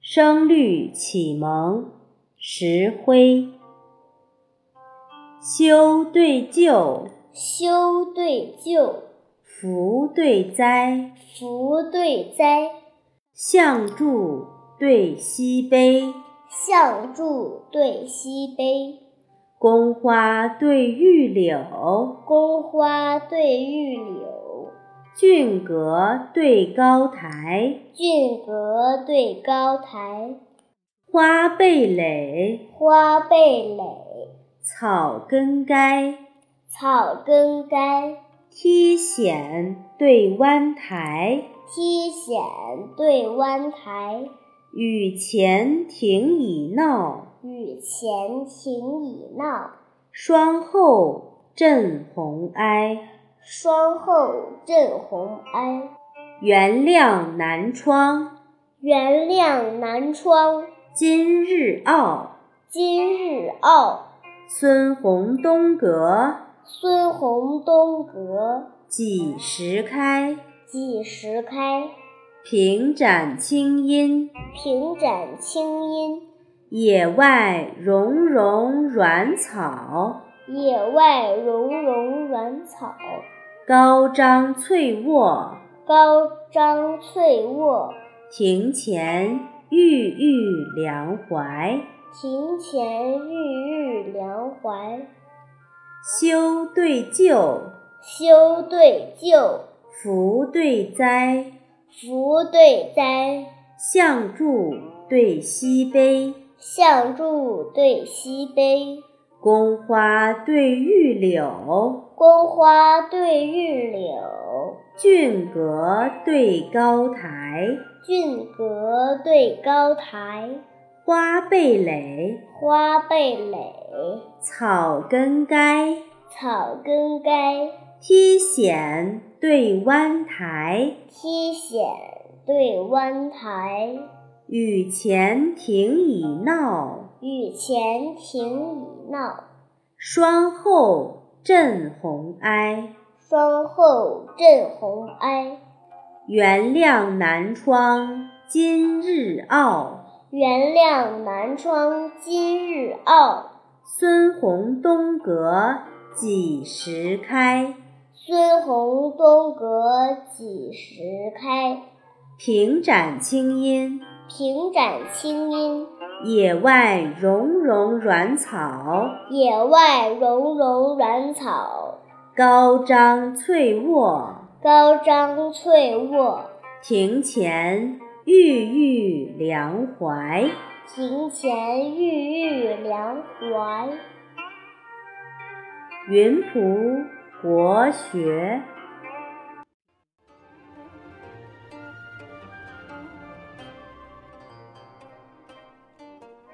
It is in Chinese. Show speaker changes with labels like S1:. S1: 声律启蒙，石灰。修对旧，
S2: 修对旧，
S1: 福对灾，
S2: 福对灾，
S1: 象柱对溪碑，
S2: 象柱对溪碑，
S1: 宫花对玉柳，
S2: 宫花对玉柳，
S1: 郡阁对高台，
S2: 郡阁对高台，
S1: 花蓓蕾，
S2: 花蓓蕾，
S1: 草根该，
S2: 草根该，
S1: 梯险对湾台，
S2: 梯险对湾台，
S1: 雨前庭已闹，
S2: 雨前庭已闹，
S1: 霜后震红埃。
S2: 霜后震红埃。
S1: 原谅南窗，
S2: 原谅南窗，
S1: 今日傲。
S2: 今日傲。
S1: 孙红东阁，
S2: 孙红东阁，
S1: 几时开？
S2: 几时开？
S1: 平展清音，
S2: 平展青阴。
S1: 野外茸茸软草。
S2: 野外茸茸软草，
S1: 高张翠卧，
S2: 高张翠卧。
S1: 庭前郁郁梁怀。
S2: 庭前郁郁梁怀。
S1: 修对旧，
S2: 修对旧，
S1: 福对灾，
S2: 福对灾，
S1: 象柱对溪碑，
S2: 象柱对溪碑。
S1: 宫花对玉柳，
S2: 宫花对玉柳，
S1: 郡阁对高台，
S2: 郡阁对高台，
S1: 花蓓蕾，
S2: 花蓓蕾，
S1: 草根该，
S2: 草根该，
S1: 梯险对湾台，
S2: 梯险对湾台，
S1: 雨前庭已闹，
S2: 雨前庭已闹，
S1: 霜后震红埃。
S2: 霜后震红埃。
S1: 原谅南窗今日傲，
S2: 原谅南窗今日傲，
S1: 孙红东阁几时开？
S2: 孙红东阁几时开？
S1: 平展清音，
S2: 平展青阴，
S1: 野外茸茸软草。
S2: 野外茸茸软草。
S1: 高张翠卧，
S2: 高张翠卧，
S1: 庭前郁郁梁怀。
S2: 庭前郁郁梁怀。
S1: 云浦国学。